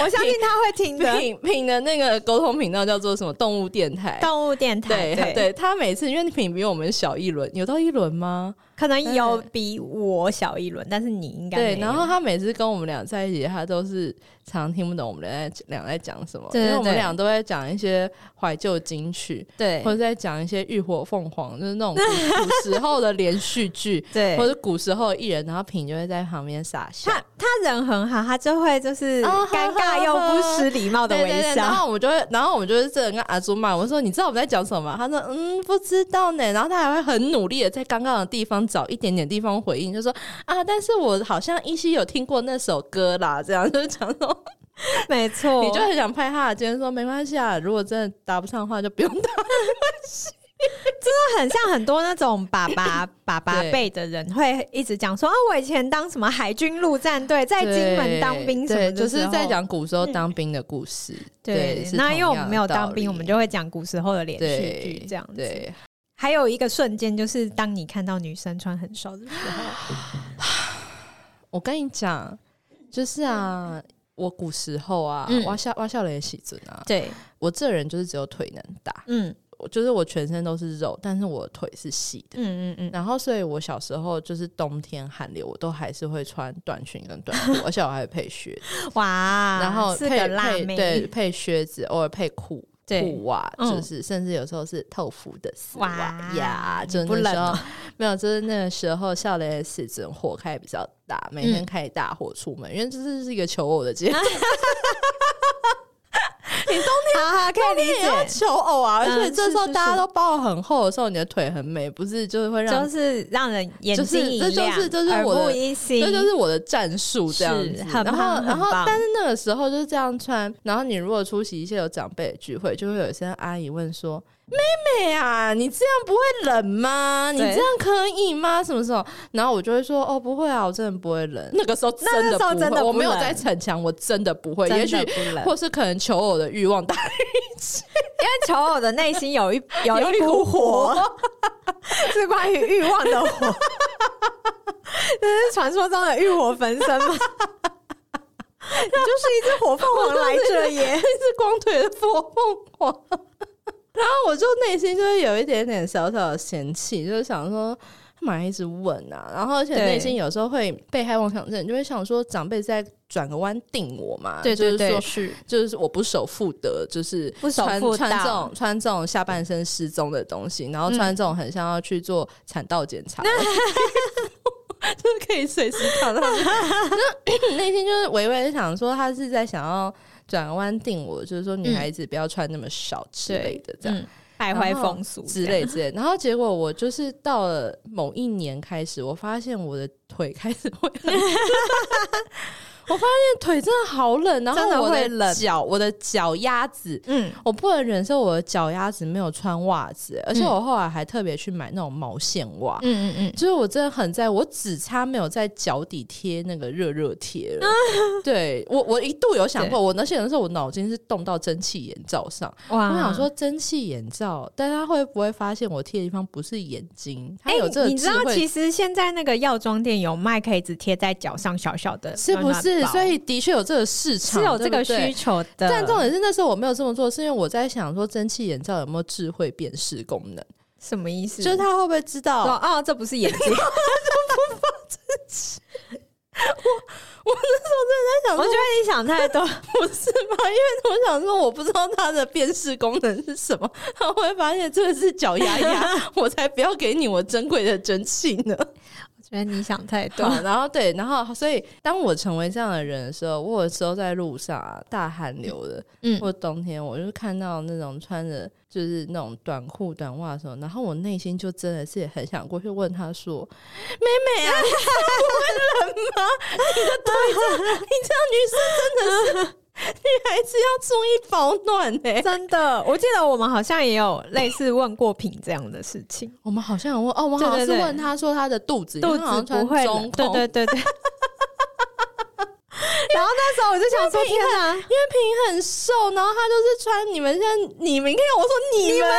Speaker 2: 我相信他会听
Speaker 1: [LAUGHS]
Speaker 2: 的。
Speaker 1: 品品的那个沟通频道叫做什么动物电台，
Speaker 2: 动物电台，
Speaker 1: 对
Speaker 2: 对
Speaker 1: 对，他每次因为品比我们小一轮，有到一轮吗？
Speaker 2: 可能有比我小一轮，但是你应该
Speaker 1: 嗯对，
Speaker 2: 没有
Speaker 1: 然后他每次跟我们俩在一起，他都是常听不懂我们俩在俩在讲什么，
Speaker 2: 对对
Speaker 1: 因为我们
Speaker 2: 对
Speaker 1: 俩都在讲一些怀旧金曲，
Speaker 2: 对
Speaker 1: 或者在讲一些浴火凤凰，就是那种古古时候的连续剧，
Speaker 2: [LAUGHS] 对
Speaker 1: 或者古时候的艺人，然后品就会在旁边傻笑。
Speaker 2: 他他人很好，他就会就是
Speaker 1: 哦
Speaker 2: 尴尬又不失礼貌的
Speaker 1: 对
Speaker 2: 微
Speaker 1: 对对，然
Speaker 2: 笑。
Speaker 1: 后我们就会，然后我们就是这人跟阿朱骂，我说你知道我们在讲什么吗？他说嗯不知道呢，然后他还会很努力的在刚刚的地方找一点点地方回应，就说啊，但是我好像依稀有听过那首歌啦，这样就是讲
Speaker 2: [LAUGHS]
Speaker 1: 说
Speaker 2: 哦没错，
Speaker 1: 你就很想拍他的肩说没关系啊，如果真的答不上的话就不用答。
Speaker 2: 就很像很多那种爸
Speaker 1: [LAUGHS]
Speaker 2: 爸爸爸
Speaker 1: 对
Speaker 2: 辈的人会一直讲说啊，我以前当什么海军陆战队，在金门当兵什么
Speaker 1: 对
Speaker 2: 的时
Speaker 1: 就
Speaker 2: 候，嗯
Speaker 1: 是在讲古时候当兵的故事。
Speaker 2: 对
Speaker 1: 是。
Speaker 2: 那
Speaker 1: 同
Speaker 2: 因为我们
Speaker 1: 样的
Speaker 2: 没有
Speaker 1: 道
Speaker 2: 当兵，
Speaker 1: 理
Speaker 2: 我们就会讲古时候的连续
Speaker 1: 对
Speaker 2: 剧这样子。
Speaker 1: 对，
Speaker 2: 还有一个瞬间就是当你看到女生穿很少的时候，
Speaker 1: 我跟你讲，就是啊，我古时候啊，
Speaker 2: 嗯
Speaker 1: 挖笑挖笑脸喜尊啊，
Speaker 2: 对，
Speaker 1: 我这人就是只有腿能打，
Speaker 2: 嗯
Speaker 1: 我就是我全身都是肉，但是我的腿是细的。
Speaker 2: 嗯嗯嗯，
Speaker 1: 然后，所以我小时候就是冬天寒流，我都还是会穿短裙跟短裤，而且我还会配靴子。
Speaker 2: 哇，
Speaker 1: 然后
Speaker 2: 是
Speaker 1: 配
Speaker 2: 啊个辣
Speaker 1: 配
Speaker 2: 妹，
Speaker 1: 对配靴子，偶尔配裤
Speaker 2: 对
Speaker 1: 裤袜，
Speaker 2: 嗯
Speaker 1: 就是、甚至有时候是透肤的丝袜
Speaker 2: 哇
Speaker 1: 呀，就
Speaker 2: 不
Speaker 1: 是那时
Speaker 2: 冷
Speaker 1: 候
Speaker 2: 哦
Speaker 1: [LAUGHS] 没有，就是那个时候笑雷的时阵火开比较大，每
Speaker 2: 嗯
Speaker 1: 天开大火出门，因为这是一个求偶的阶
Speaker 2: 啊
Speaker 1: 段，
Speaker 2: [LAUGHS] 好好可以理
Speaker 1: 也要
Speaker 2: 解，
Speaker 1: 求偶啊，而
Speaker 2: 嗯
Speaker 1: 且这时候
Speaker 2: 是是
Speaker 1: 大家都包得很厚的时候，你的腿很美，不是就是会让
Speaker 2: 就。是让人眼
Speaker 1: 就是
Speaker 2: 睛一
Speaker 1: 这就是
Speaker 2: 亮，
Speaker 1: 这就是
Speaker 2: 耳
Speaker 1: 我的
Speaker 2: 目一新，
Speaker 1: 这就是我的战术，这样子
Speaker 2: 是。很
Speaker 1: 然
Speaker 2: 棒
Speaker 1: 后，
Speaker 2: 很
Speaker 1: 然后，
Speaker 2: 棒
Speaker 1: 但是那个时候就是这样穿。然后，你如果出席一些有长辈的聚会，就会有一些阿姨问说：“妹妹啊，你这样不会冷吗？你
Speaker 2: 对
Speaker 1: 这样可以吗？什么时候？”然后我就会说：“哦，不会啊，我真的不会冷。”那个时候真
Speaker 2: 那
Speaker 1: 的
Speaker 2: 个时候
Speaker 1: 不
Speaker 2: 真
Speaker 1: 会
Speaker 2: 的
Speaker 1: 我
Speaker 2: 不
Speaker 1: 没有
Speaker 2: 冷
Speaker 1: 在逞强，我真的不会。
Speaker 2: 真的
Speaker 1: 也许
Speaker 2: 不冷
Speaker 1: 或是可能求偶的欲望大
Speaker 2: 因为求偶的内心
Speaker 1: [LAUGHS]
Speaker 2: 有一有
Speaker 1: 有一
Speaker 2: 一股
Speaker 1: 股
Speaker 2: 火，
Speaker 1: [LAUGHS]
Speaker 2: 是关于欲望的火， [LAUGHS] 这是传说中的欲火焚身吗？ [LAUGHS] 你就是一只火凤凰来着耶！
Speaker 1: 一只光腿的火凤凰。 [LAUGHS] 然后我就内心就是有一点点小小的嫌弃，就是想说干嘛一直问啊？然后而且
Speaker 2: 对
Speaker 1: 内心有时候会被害妄想症，就会想说长辈是在转个弯定我嘛？就是说
Speaker 2: 是
Speaker 1: 就是我不守妇德，就是
Speaker 2: 不守
Speaker 1: 穿
Speaker 2: 妇
Speaker 1: 穿
Speaker 2: 道
Speaker 1: 这种穿这种下半身失踪的东西，然后
Speaker 2: 嗯
Speaker 1: 穿这种很像要去做产道检查的衣服， [LAUGHS] 就是可以随时看到。那 [LAUGHS] 内心就是微微地想说，他是在想要转个弯定我，就是说女孩子不要穿那么少之类的这样。
Speaker 2: 嗯，徘徊风俗
Speaker 1: 之
Speaker 2: 这样。
Speaker 1: 类之类，然后结果我就是到了某一年开始，我发现我的腿开始会
Speaker 2: [LAUGHS]
Speaker 1: 很，我发现腿真的好冷，然
Speaker 2: 真的
Speaker 1: 后我
Speaker 2: 会
Speaker 1: 的
Speaker 2: 冷
Speaker 1: 脚，我的脚丫子
Speaker 2: 嗯，
Speaker 1: 我不能忍受我的脚丫子没有穿袜子，欸而且
Speaker 2: 嗯
Speaker 1: 我后来还特别去买那种毛线袜。
Speaker 2: 嗯嗯嗯，
Speaker 1: 就是我真的很在，我只差没有在脚底贴那个热热贴
Speaker 2: [LAUGHS]
Speaker 1: 了。对我，我一度有想过，我那些人说我脑筋是动到蒸汽眼罩上。
Speaker 2: 哇
Speaker 1: 我想
Speaker 2: 嗯
Speaker 1: 说，蒸汽眼罩，但他会不会发现我贴的地方不是眼睛？他
Speaker 2: 哎
Speaker 1: 有这，个
Speaker 2: 你知
Speaker 1: 智
Speaker 2: 道
Speaker 1: 慧
Speaker 2: 其实现在那个药妆店有卖，可以只贴在脚上小小的，
Speaker 1: 是不是？所以的确有这个市场，
Speaker 2: 是有这
Speaker 1: 对
Speaker 2: 个
Speaker 1: 不对
Speaker 2: 需求的。
Speaker 1: 但重点是那时候我没有这么做，是因为我在想说蒸汽眼罩有没有智慧辨识功能。
Speaker 2: 什么意思？
Speaker 1: 就是他会不会知
Speaker 2: 说
Speaker 1: 道？
Speaker 2: 哦，这不是眼
Speaker 1: [LAUGHS]
Speaker 2: 睛，
Speaker 1: 在想
Speaker 2: 我觉
Speaker 1: 说
Speaker 2: 得你想太 [LAUGHS] 多。
Speaker 1: 不是吧？ [LAUGHS] 因为我想说，我不知道它的辨识功能是什么，他会发现这个是脚丫
Speaker 2: [LAUGHS]
Speaker 1: 丫，我才不要给你我珍贵的蒸汽呢。
Speaker 2: 我觉得你想太
Speaker 1: 对，然后对，然后所以当我成为这样的人的时候，我有时候在路上啊，大寒流的，
Speaker 2: 嗯
Speaker 1: 或冬天，我就看到那种穿着就是那种短裤短袜的时候，然后我内心就真的是很想过去问他说：“妹妹啊，你这样不会冷吗？你的腿这样，你这样女生真的是。”女孩子要注意保暖欸呢、
Speaker 2: 真的， [LAUGHS] 我记得我们好像也有类似问过品这样的事情，
Speaker 1: 我们好像有问哦，我们好像
Speaker 2: 对
Speaker 1: 是
Speaker 2: 对对
Speaker 1: 问他说他的肚子，因
Speaker 2: 肚
Speaker 1: 为他好
Speaker 2: 子不
Speaker 1: 像穿
Speaker 2: 会冷，
Speaker 1: 中空
Speaker 2: 对对对
Speaker 1: [LAUGHS]
Speaker 2: 对。然后那时候我就想说，天哪，
Speaker 1: 因为平很瘦，然后他就是穿你们现在你们，你看我说你们，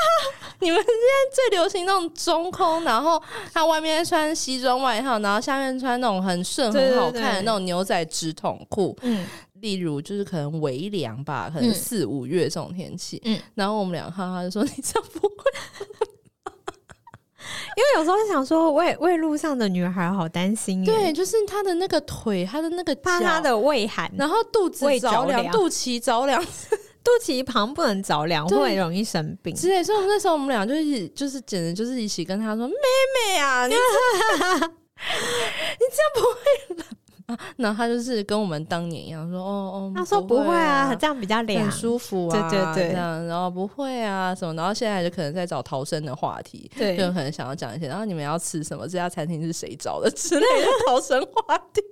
Speaker 1: [LAUGHS] 你们现在最流行那种中空，然后他外面穿西装外套，然后下面穿那种很顺
Speaker 2: 对对
Speaker 1: 很
Speaker 2: 对
Speaker 1: 好看的那种牛仔直筒裤，
Speaker 2: 嗯，
Speaker 1: 例如就是可能微凉吧，可能
Speaker 2: 嗯
Speaker 1: 四五月这种天气，
Speaker 2: 嗯
Speaker 1: 然后我们俩哈哈就说你这样不会
Speaker 2: 因为有时候想说为为路上的女孩好担心耶，
Speaker 1: 对，啊就是她的那个腿，她的那个
Speaker 2: 怕
Speaker 1: 脚
Speaker 2: 她，的胃寒，
Speaker 1: 然后肚子
Speaker 2: 胃
Speaker 1: 着
Speaker 2: 着
Speaker 1: 凉，
Speaker 2: 凉
Speaker 1: 肚脐着凉
Speaker 2: 肚脐旁不能着凉，
Speaker 1: 对
Speaker 2: 会容易生病。
Speaker 1: 之类。所以我们那时候我们俩就是就是简直就是一起跟她说：“妹妹啊，你这你
Speaker 2: [LAUGHS]
Speaker 1: 这样不会冷吗？”然后她就是跟我们当年一样说：“哦哦，
Speaker 2: 她说不
Speaker 1: 不
Speaker 2: 会啊，
Speaker 1: 啊。”
Speaker 2: 这样比较凉
Speaker 1: 很。舒服
Speaker 2: 对
Speaker 1: 啊，
Speaker 2: 对对
Speaker 1: 这样，然后不会啊什么，然后现在就可能在找逃生的话题，
Speaker 2: 对
Speaker 1: 就可能想要讲一些，然后你们要吃什么，这家餐厅是谁找的之类的逃生话题。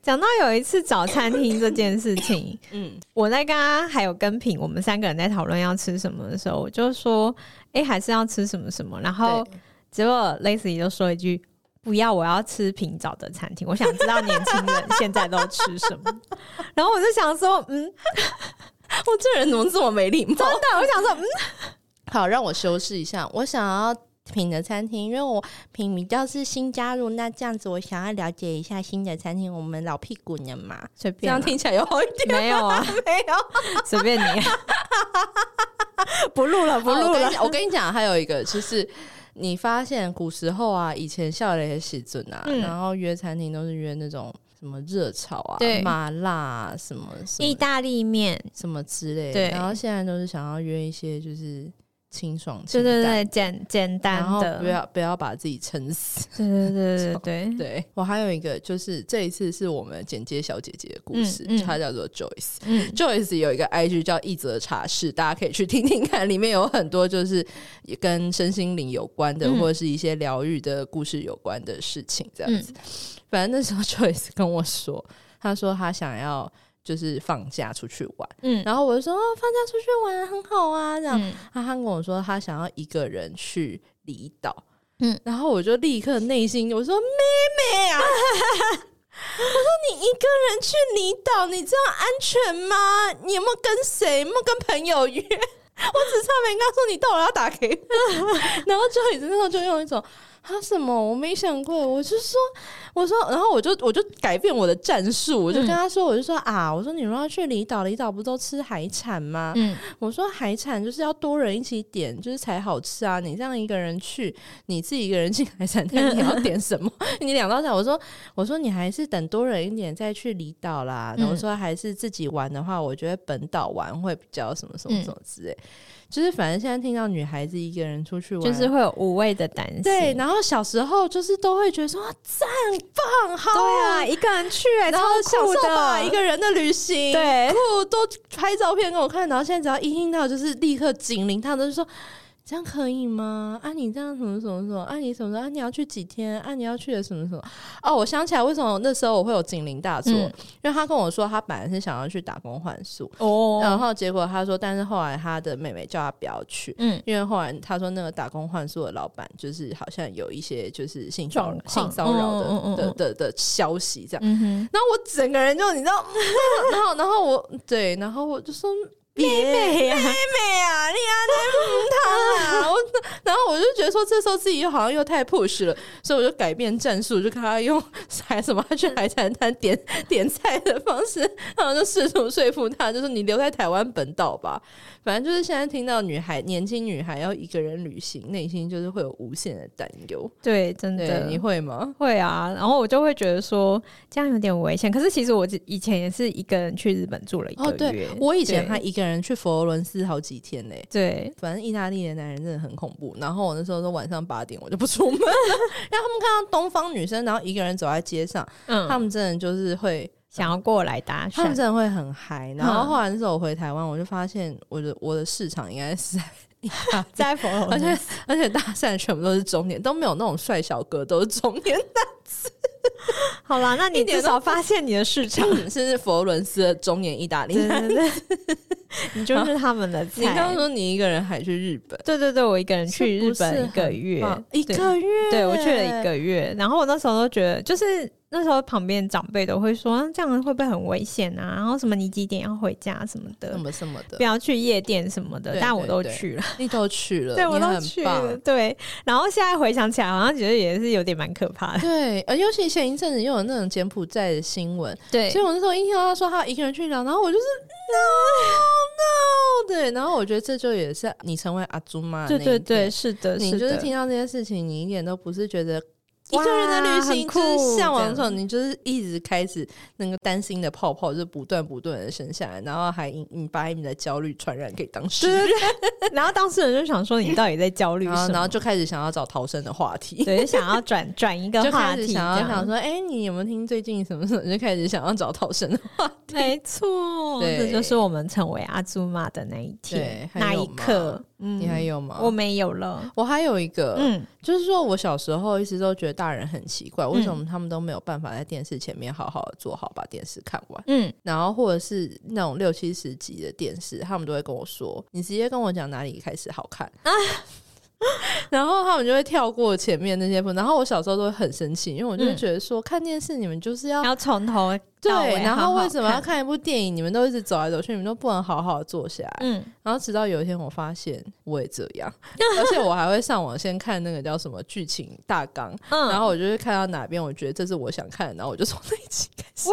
Speaker 2: 讲到有一次找餐厅这件事情， [LAUGHS]
Speaker 1: 嗯，
Speaker 2: 我在跟他还有跟品，我们三个人在讨论要吃什么的时候，我就说，哎、还是要吃什么什么。然后
Speaker 1: 对
Speaker 2: 结果 Lacy 就说一句：“不要，我要吃平找的餐厅，我想知道年轻人现在都吃什么。” [LAUGHS] 然后我就想说，嗯，
Speaker 1: 我这人怎么这么没礼貌？
Speaker 2: 真的，我想说，嗯，
Speaker 1: 好，让我修饰一下，我想要品的餐厅，因为我品比较是新加入，那这样子我想要了解一下新的餐厅，我们老屁股呢嘛，
Speaker 2: 随
Speaker 1: 这
Speaker 2: 便啊、
Speaker 1: 样听起来有好一
Speaker 2: [LAUGHS]
Speaker 1: 点。
Speaker 2: 没有啊，
Speaker 1: 没有，
Speaker 2: 随便你， [LAUGHS] 不录了，不
Speaker 1: 哦
Speaker 2: 录
Speaker 1: 我跟
Speaker 2: 了
Speaker 1: 你。讲我跟你讲，还有一个就是，你发现古时候啊，以前笑雷的时阵啊，
Speaker 2: 嗯
Speaker 1: 然后约餐厅都是约那种什么热炒啊、
Speaker 2: 对
Speaker 1: 麻辣、啊、什么什
Speaker 2: 意
Speaker 1: 么
Speaker 2: 大利面，
Speaker 1: 什么之类的，
Speaker 2: 对
Speaker 1: 然后现在都是想要约一些就是清爽、
Speaker 2: 对
Speaker 1: 清
Speaker 2: 对
Speaker 1: 淡
Speaker 2: 对，简简单
Speaker 1: 然后
Speaker 2: 的，
Speaker 1: 不要不要把自己撑死。
Speaker 2: 对对对对对，
Speaker 1: 对我还有一个就是这一次是我们简介小姐姐的故事，
Speaker 2: 嗯嗯
Speaker 1: 她叫做 Joyce。
Speaker 2: 嗯，
Speaker 1: Joyce 有一个 IG 叫一则茶室，大家可以去听听看，里面有很多就是也跟身心灵有关的，
Speaker 2: 嗯
Speaker 1: 或者是一些疗愈的故事有关的事情，这样
Speaker 2: 嗯
Speaker 1: 子。反正那时候 [LAUGHS] Joyce 跟我说，她说她想要就是放假出去玩，
Speaker 2: 嗯
Speaker 1: 然后我就说、哦、放假出去玩很好啊，这样。
Speaker 2: 嗯
Speaker 1: 她她跟我说她想要一个人去离岛，嗯
Speaker 2: 嗯，
Speaker 1: 然后我就立刻内心我说妹妹啊。 [LAUGHS] 你一个人去离岛，你这样安全吗？你有没有跟谁？有没有跟朋友约？ [LAUGHS] 我只差没跟他说你到底要打给我。 [LAUGHS] 然后就椅子那时候就用一种啊什么我没想过，我就说我说，然后我就我就改变我的战术，我就跟他说，我就说啊，我说你如果要去离岛，离岛不都吃海产吗？
Speaker 2: 嗯，
Speaker 1: 我说海产就是要多人一起点，就是才好吃啊！你这样一个人去，你自己一个人进海产店，你要点什么？ [LAUGHS] 你两道菜，我说我说你还是等多人一点再去离岛啦。然后我
Speaker 2: 嗯
Speaker 1: 说还是自己玩的话，我觉得本岛玩会比较什么什
Speaker 2: 嗯
Speaker 1: 么什么之类。就是反正现在听到女孩子一个人出去玩，
Speaker 2: 就是会有无谓的担心。
Speaker 1: 对。然后小时候就是都会觉得说啊赞棒好
Speaker 2: 对啊，一个人去哎、
Speaker 1: 然
Speaker 2: 超
Speaker 1: 后享
Speaker 2: 酷
Speaker 1: 受吧
Speaker 2: 的，
Speaker 1: 一个人的旅行，
Speaker 2: 对
Speaker 1: 酷都拍照片给我看，然后现在只要一听到就是立刻警铃，他们就说。这样可以吗？啊，你这样什么什么什么？啊，你什么时候？啊，你要去几天？啊，你要去的什么什么？哦，我想起来，为什么那时候我会有警铃大作？
Speaker 2: 嗯
Speaker 1: 因为他跟我说，他本来是想要去打工换宿，然
Speaker 2: 哦，
Speaker 1: 后结果他说，但是后来他的妹妹叫他不要去，
Speaker 2: 嗯
Speaker 1: 因为后来他说那个打工换宿的老板就是好像有一些就是性骚
Speaker 2: 状况
Speaker 1: 性骚扰的、
Speaker 2: 嗯嗯嗯
Speaker 1: 的
Speaker 2: 嗯
Speaker 1: 的的消息这样。
Speaker 2: 嗯哼，
Speaker 1: 然后我整个人就你知道， [LAUGHS] 然后然后我对，然后我就
Speaker 2: [LAUGHS]
Speaker 1: 说
Speaker 2: 妹妹哎
Speaker 1: [LAUGHS]
Speaker 2: 呀、
Speaker 1: 妹啊，你啊在母汤啊，我然后我就觉得说这时候自己又好像又太 push 了，所以我就改变战术，就跟他用 [LAUGHS] 海什么他去海产摊点点菜的方式，然后就试图说服他，就是你留在台湾本岛吧。反正就是现在听到女孩年轻女孩要一个人旅行，内心就是会有无限的担忧。
Speaker 2: 对，真
Speaker 1: 对
Speaker 2: 的，
Speaker 1: 你会吗？
Speaker 2: 会啊。然后我就会觉得说这样有点危险。可是其实我之以前也是一个人去日本住了一
Speaker 1: 哦，
Speaker 2: 个月
Speaker 1: 对，我以前
Speaker 2: 对
Speaker 1: 还一个人去佛罗伦斯好几天呢、
Speaker 2: 对
Speaker 1: 反正意大利的男人真的很恐怖。然后我那时候都晚上八点，我就不出门了， [LAUGHS] 然后他们看到东方女生，然后一个人走在街上，
Speaker 2: 嗯，
Speaker 1: 他们真的就是会，
Speaker 2: 想要过来搭
Speaker 1: 他们
Speaker 2: 讪，
Speaker 1: 真的会很嗨。然
Speaker 2: 嗯
Speaker 1: 后后来那时候我回台湾，我就发现我的我的市场应该是在
Speaker 2: 哦
Speaker 1: 意大利，
Speaker 2: 在佛罗
Speaker 1: 而
Speaker 2: 伦
Speaker 1: 且
Speaker 2: 斯，
Speaker 1: [LAUGHS] 而且搭讪全部都是中年，都没有那种帅小哥，都是中年。
Speaker 2: 好啦，那
Speaker 1: 一
Speaker 2: 你
Speaker 1: 点
Speaker 2: 至
Speaker 1: 都
Speaker 2: 少发现你的市场，
Speaker 1: 甚至佛罗伦斯的中年意大利
Speaker 2: 对
Speaker 1: 男。
Speaker 2: 对对，你就是他们的
Speaker 1: [LAUGHS] 你刚刚
Speaker 2: 菜。
Speaker 1: 说你一个人还去日本，
Speaker 2: 对对对，我一个人去
Speaker 1: 是不
Speaker 2: 日
Speaker 1: 是
Speaker 2: 本一个
Speaker 1: 很
Speaker 2: 月
Speaker 1: 棒， [LAUGHS] 一
Speaker 2: 对
Speaker 1: 个月，
Speaker 2: 对我去了一个月，然后我那时候都觉得，就是那时候旁边长辈都会说，啊这样会不会很危险啊？然后什么你几点要回家什么的
Speaker 1: 什，么什么
Speaker 2: 不
Speaker 1: 的，
Speaker 2: 要去夜店什么的
Speaker 1: 对，
Speaker 2: 但我
Speaker 1: 对
Speaker 2: 都
Speaker 1: 对
Speaker 2: 去了，
Speaker 1: 你都去了，
Speaker 2: 对我
Speaker 1: 你
Speaker 2: 都
Speaker 1: 很
Speaker 2: 去
Speaker 1: 棒
Speaker 2: 了，对。然后现在回想起来，好像觉得也是有点蛮可怕的，
Speaker 1: 对，呃，尤其前一阵子又有那种柬埔寨的新闻，
Speaker 2: 对 [LAUGHS]
Speaker 1: 所以我那时候一听到他说他一个人去聊，然后我就是 no 对，然后我觉得这就也是你成为阿朱妈，
Speaker 2: 对对对，，是的，
Speaker 1: 你
Speaker 2: 是
Speaker 1: 就是
Speaker 2: 的。
Speaker 1: 听到这些事情，你一点都不是觉得一
Speaker 2: 哇
Speaker 1: 个人的旅行
Speaker 2: 很酷
Speaker 1: 就是向往的时
Speaker 2: 这
Speaker 1: 候，
Speaker 2: 样
Speaker 1: 你就是一直开始那个担心的泡泡，就是不断不断的升下来，然后还引引把你的焦虑传染给当事
Speaker 2: 对
Speaker 1: 人，
Speaker 2: 对对，然后当事人就想说你到底在焦虑
Speaker 1: [LAUGHS] 然后
Speaker 2: 什
Speaker 1: 然后
Speaker 2: 么？
Speaker 1: 就开始想要找逃生的话题。
Speaker 2: 对，就想要转转一个
Speaker 1: 就
Speaker 2: 话
Speaker 1: 开始
Speaker 2: 题，
Speaker 1: 想要
Speaker 2: 这样
Speaker 1: 想说，哎、你有没有听最近什么什么？就开始想要找逃生的话题。
Speaker 2: 没错，
Speaker 1: 对
Speaker 2: 这就是我们成为阿祖玛的那一天，
Speaker 1: 对还
Speaker 2: 那
Speaker 1: 有
Speaker 2: 一刻
Speaker 1: 吗。
Speaker 2: 嗯
Speaker 1: 你还有吗？
Speaker 2: 我没有了。
Speaker 1: 我还有一个，
Speaker 2: 嗯，
Speaker 1: 就是说我小时候一直都觉得大人很奇怪，为什么他们都没有办法在电视前面好好的坐好把电视看完？
Speaker 2: 嗯，
Speaker 1: 然后或者是那种六七十集的电视，他们都会跟我说，你直接跟我讲哪里开始
Speaker 2: [LAUGHS]
Speaker 1: 好看 [LAUGHS] 啊。然后他们就会跳过前面那些部分，然后我小时候都会很生气，因为我就会
Speaker 2: 嗯
Speaker 1: 觉得说、看电视你们就是要
Speaker 2: 要从头
Speaker 1: 对
Speaker 2: 到尾，
Speaker 1: 然
Speaker 2: 嗯好
Speaker 1: 后
Speaker 2: 好
Speaker 1: 为什么要
Speaker 2: 看？
Speaker 1: 看一部电影，你们都一直走来走去，你们都不能好好地坐下来。
Speaker 2: 嗯，
Speaker 1: 然后直到有一天，我发现我也这样， [LAUGHS] 而且我还会上网先看那个叫什么剧情大纲，
Speaker 2: 嗯
Speaker 1: 然后我就会看到哪边我觉得这是我想看的，然后我就从那一集开始。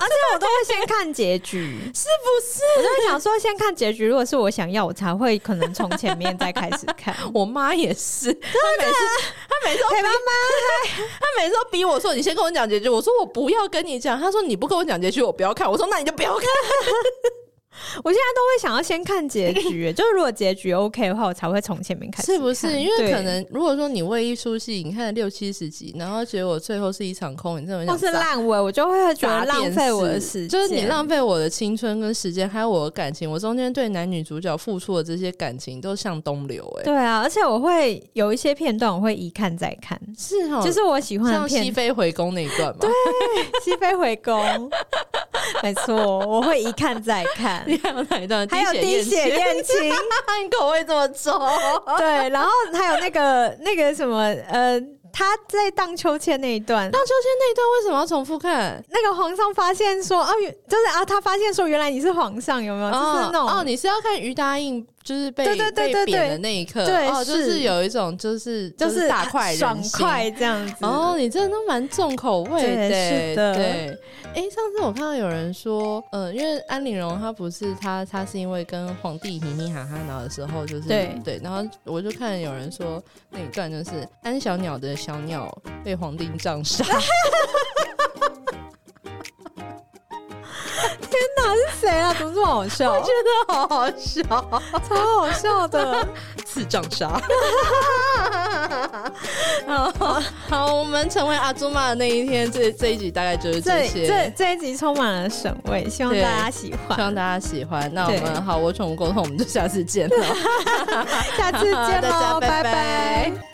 Speaker 2: 而且我都会先看结
Speaker 1: [LAUGHS]
Speaker 2: 局，是不是？我就会想说，先看结局，如果是我想要，我才会可能从前面再开始
Speaker 1: [LAUGHS]
Speaker 2: 看。
Speaker 1: 我妈也是， [LAUGHS] 她每次她每次
Speaker 2: 陪
Speaker 1: 都
Speaker 2: 妈妈，
Speaker 1: 她每次都逼我说：“你先跟我讲结局。”我说：“我不要跟你讲。”她说：“你不跟我讲结局，我不要看。”我说：“那你就不要看。
Speaker 2: 我现在都会想要先看结局，就是如果结局 OK 的话，我才会从前面开”始看。
Speaker 1: 是不是？因为
Speaker 2: 对
Speaker 1: 可能如果说你为一出戏，你看了六七十集，然后结果最后是一场空，你这么想
Speaker 2: 或是
Speaker 1: 砸
Speaker 2: 烂尾，我就会觉
Speaker 1: 砸
Speaker 2: 得浪
Speaker 1: 电
Speaker 2: 费
Speaker 1: 视
Speaker 2: 我的时间，
Speaker 1: 就是你浪费我的青春跟时间，还有我的感情。我中间对男女主角付出的这些感情都向东流、欸，哎，
Speaker 2: 对啊，而且我会有一些片段，我会一看再看，
Speaker 1: 是哦
Speaker 2: 就是我喜欢的
Speaker 1: 像熹
Speaker 2: 片。
Speaker 1: 妃回宫那一段嘛。 [LAUGHS]
Speaker 2: 西飞回宫， [LAUGHS] 没错，我会一看再看。
Speaker 1: 你还有哪一段？
Speaker 2: 还有滴
Speaker 1: 滴
Speaker 2: 血 [LAUGHS]
Speaker 1: 验
Speaker 2: 验亲，
Speaker 1: [LAUGHS] 亲，你口味这么 [LAUGHS] 重，
Speaker 2: 对，然后还有那个那个什么，呃，他在荡秋千那一段，
Speaker 1: 荡秋千那一段为什么要重复看？
Speaker 2: 那个皇上发现说，啊，原就是啊，他发现说原来你是皇上，有没有？就是那种
Speaker 1: 哦，你是要看于答应就是被
Speaker 2: 对对对对
Speaker 1: 被贬的那一刻，
Speaker 2: 对
Speaker 1: 哦，就是
Speaker 2: 是
Speaker 1: 有一种就是
Speaker 2: 就是
Speaker 1: 大快人心
Speaker 2: 爽快这样子。
Speaker 1: 哦，你真的都蛮重口味的
Speaker 2: 对
Speaker 1: 欸。
Speaker 2: 是的
Speaker 1: 对，哎、上次我看到有人说，呃，因为安陵容她不是她，她是因为跟皇帝嘻嘻哈哈，然后的时候就是
Speaker 2: 对
Speaker 1: 然后我就看有人说那一段就是安小鸟的小鸟被皇帝
Speaker 2: [LAUGHS]
Speaker 1: 杖杀，
Speaker 2: 是谁啊？怎么这么好笑？我觉
Speaker 1: 真的好好笑，
Speaker 2: 得超好笑
Speaker 1: [LAUGHS]
Speaker 2: 的。
Speaker 1: 是杖杀。好，好，我们成为阿朱玛的那一天，这这一集大概就是这
Speaker 2: 这
Speaker 1: 些。
Speaker 2: 这这一集充满了审味，希望
Speaker 1: 对
Speaker 2: 大家喜欢。
Speaker 1: 希望大家喜欢。那我
Speaker 2: 对 [LAUGHS]
Speaker 1: 们好，我宠物沟通，我们就下次见了。
Speaker 2: 下次见
Speaker 1: [LAUGHS] 大家
Speaker 2: 喽，
Speaker 1: 拜
Speaker 2: 拜
Speaker 1: 拜
Speaker 2: 拜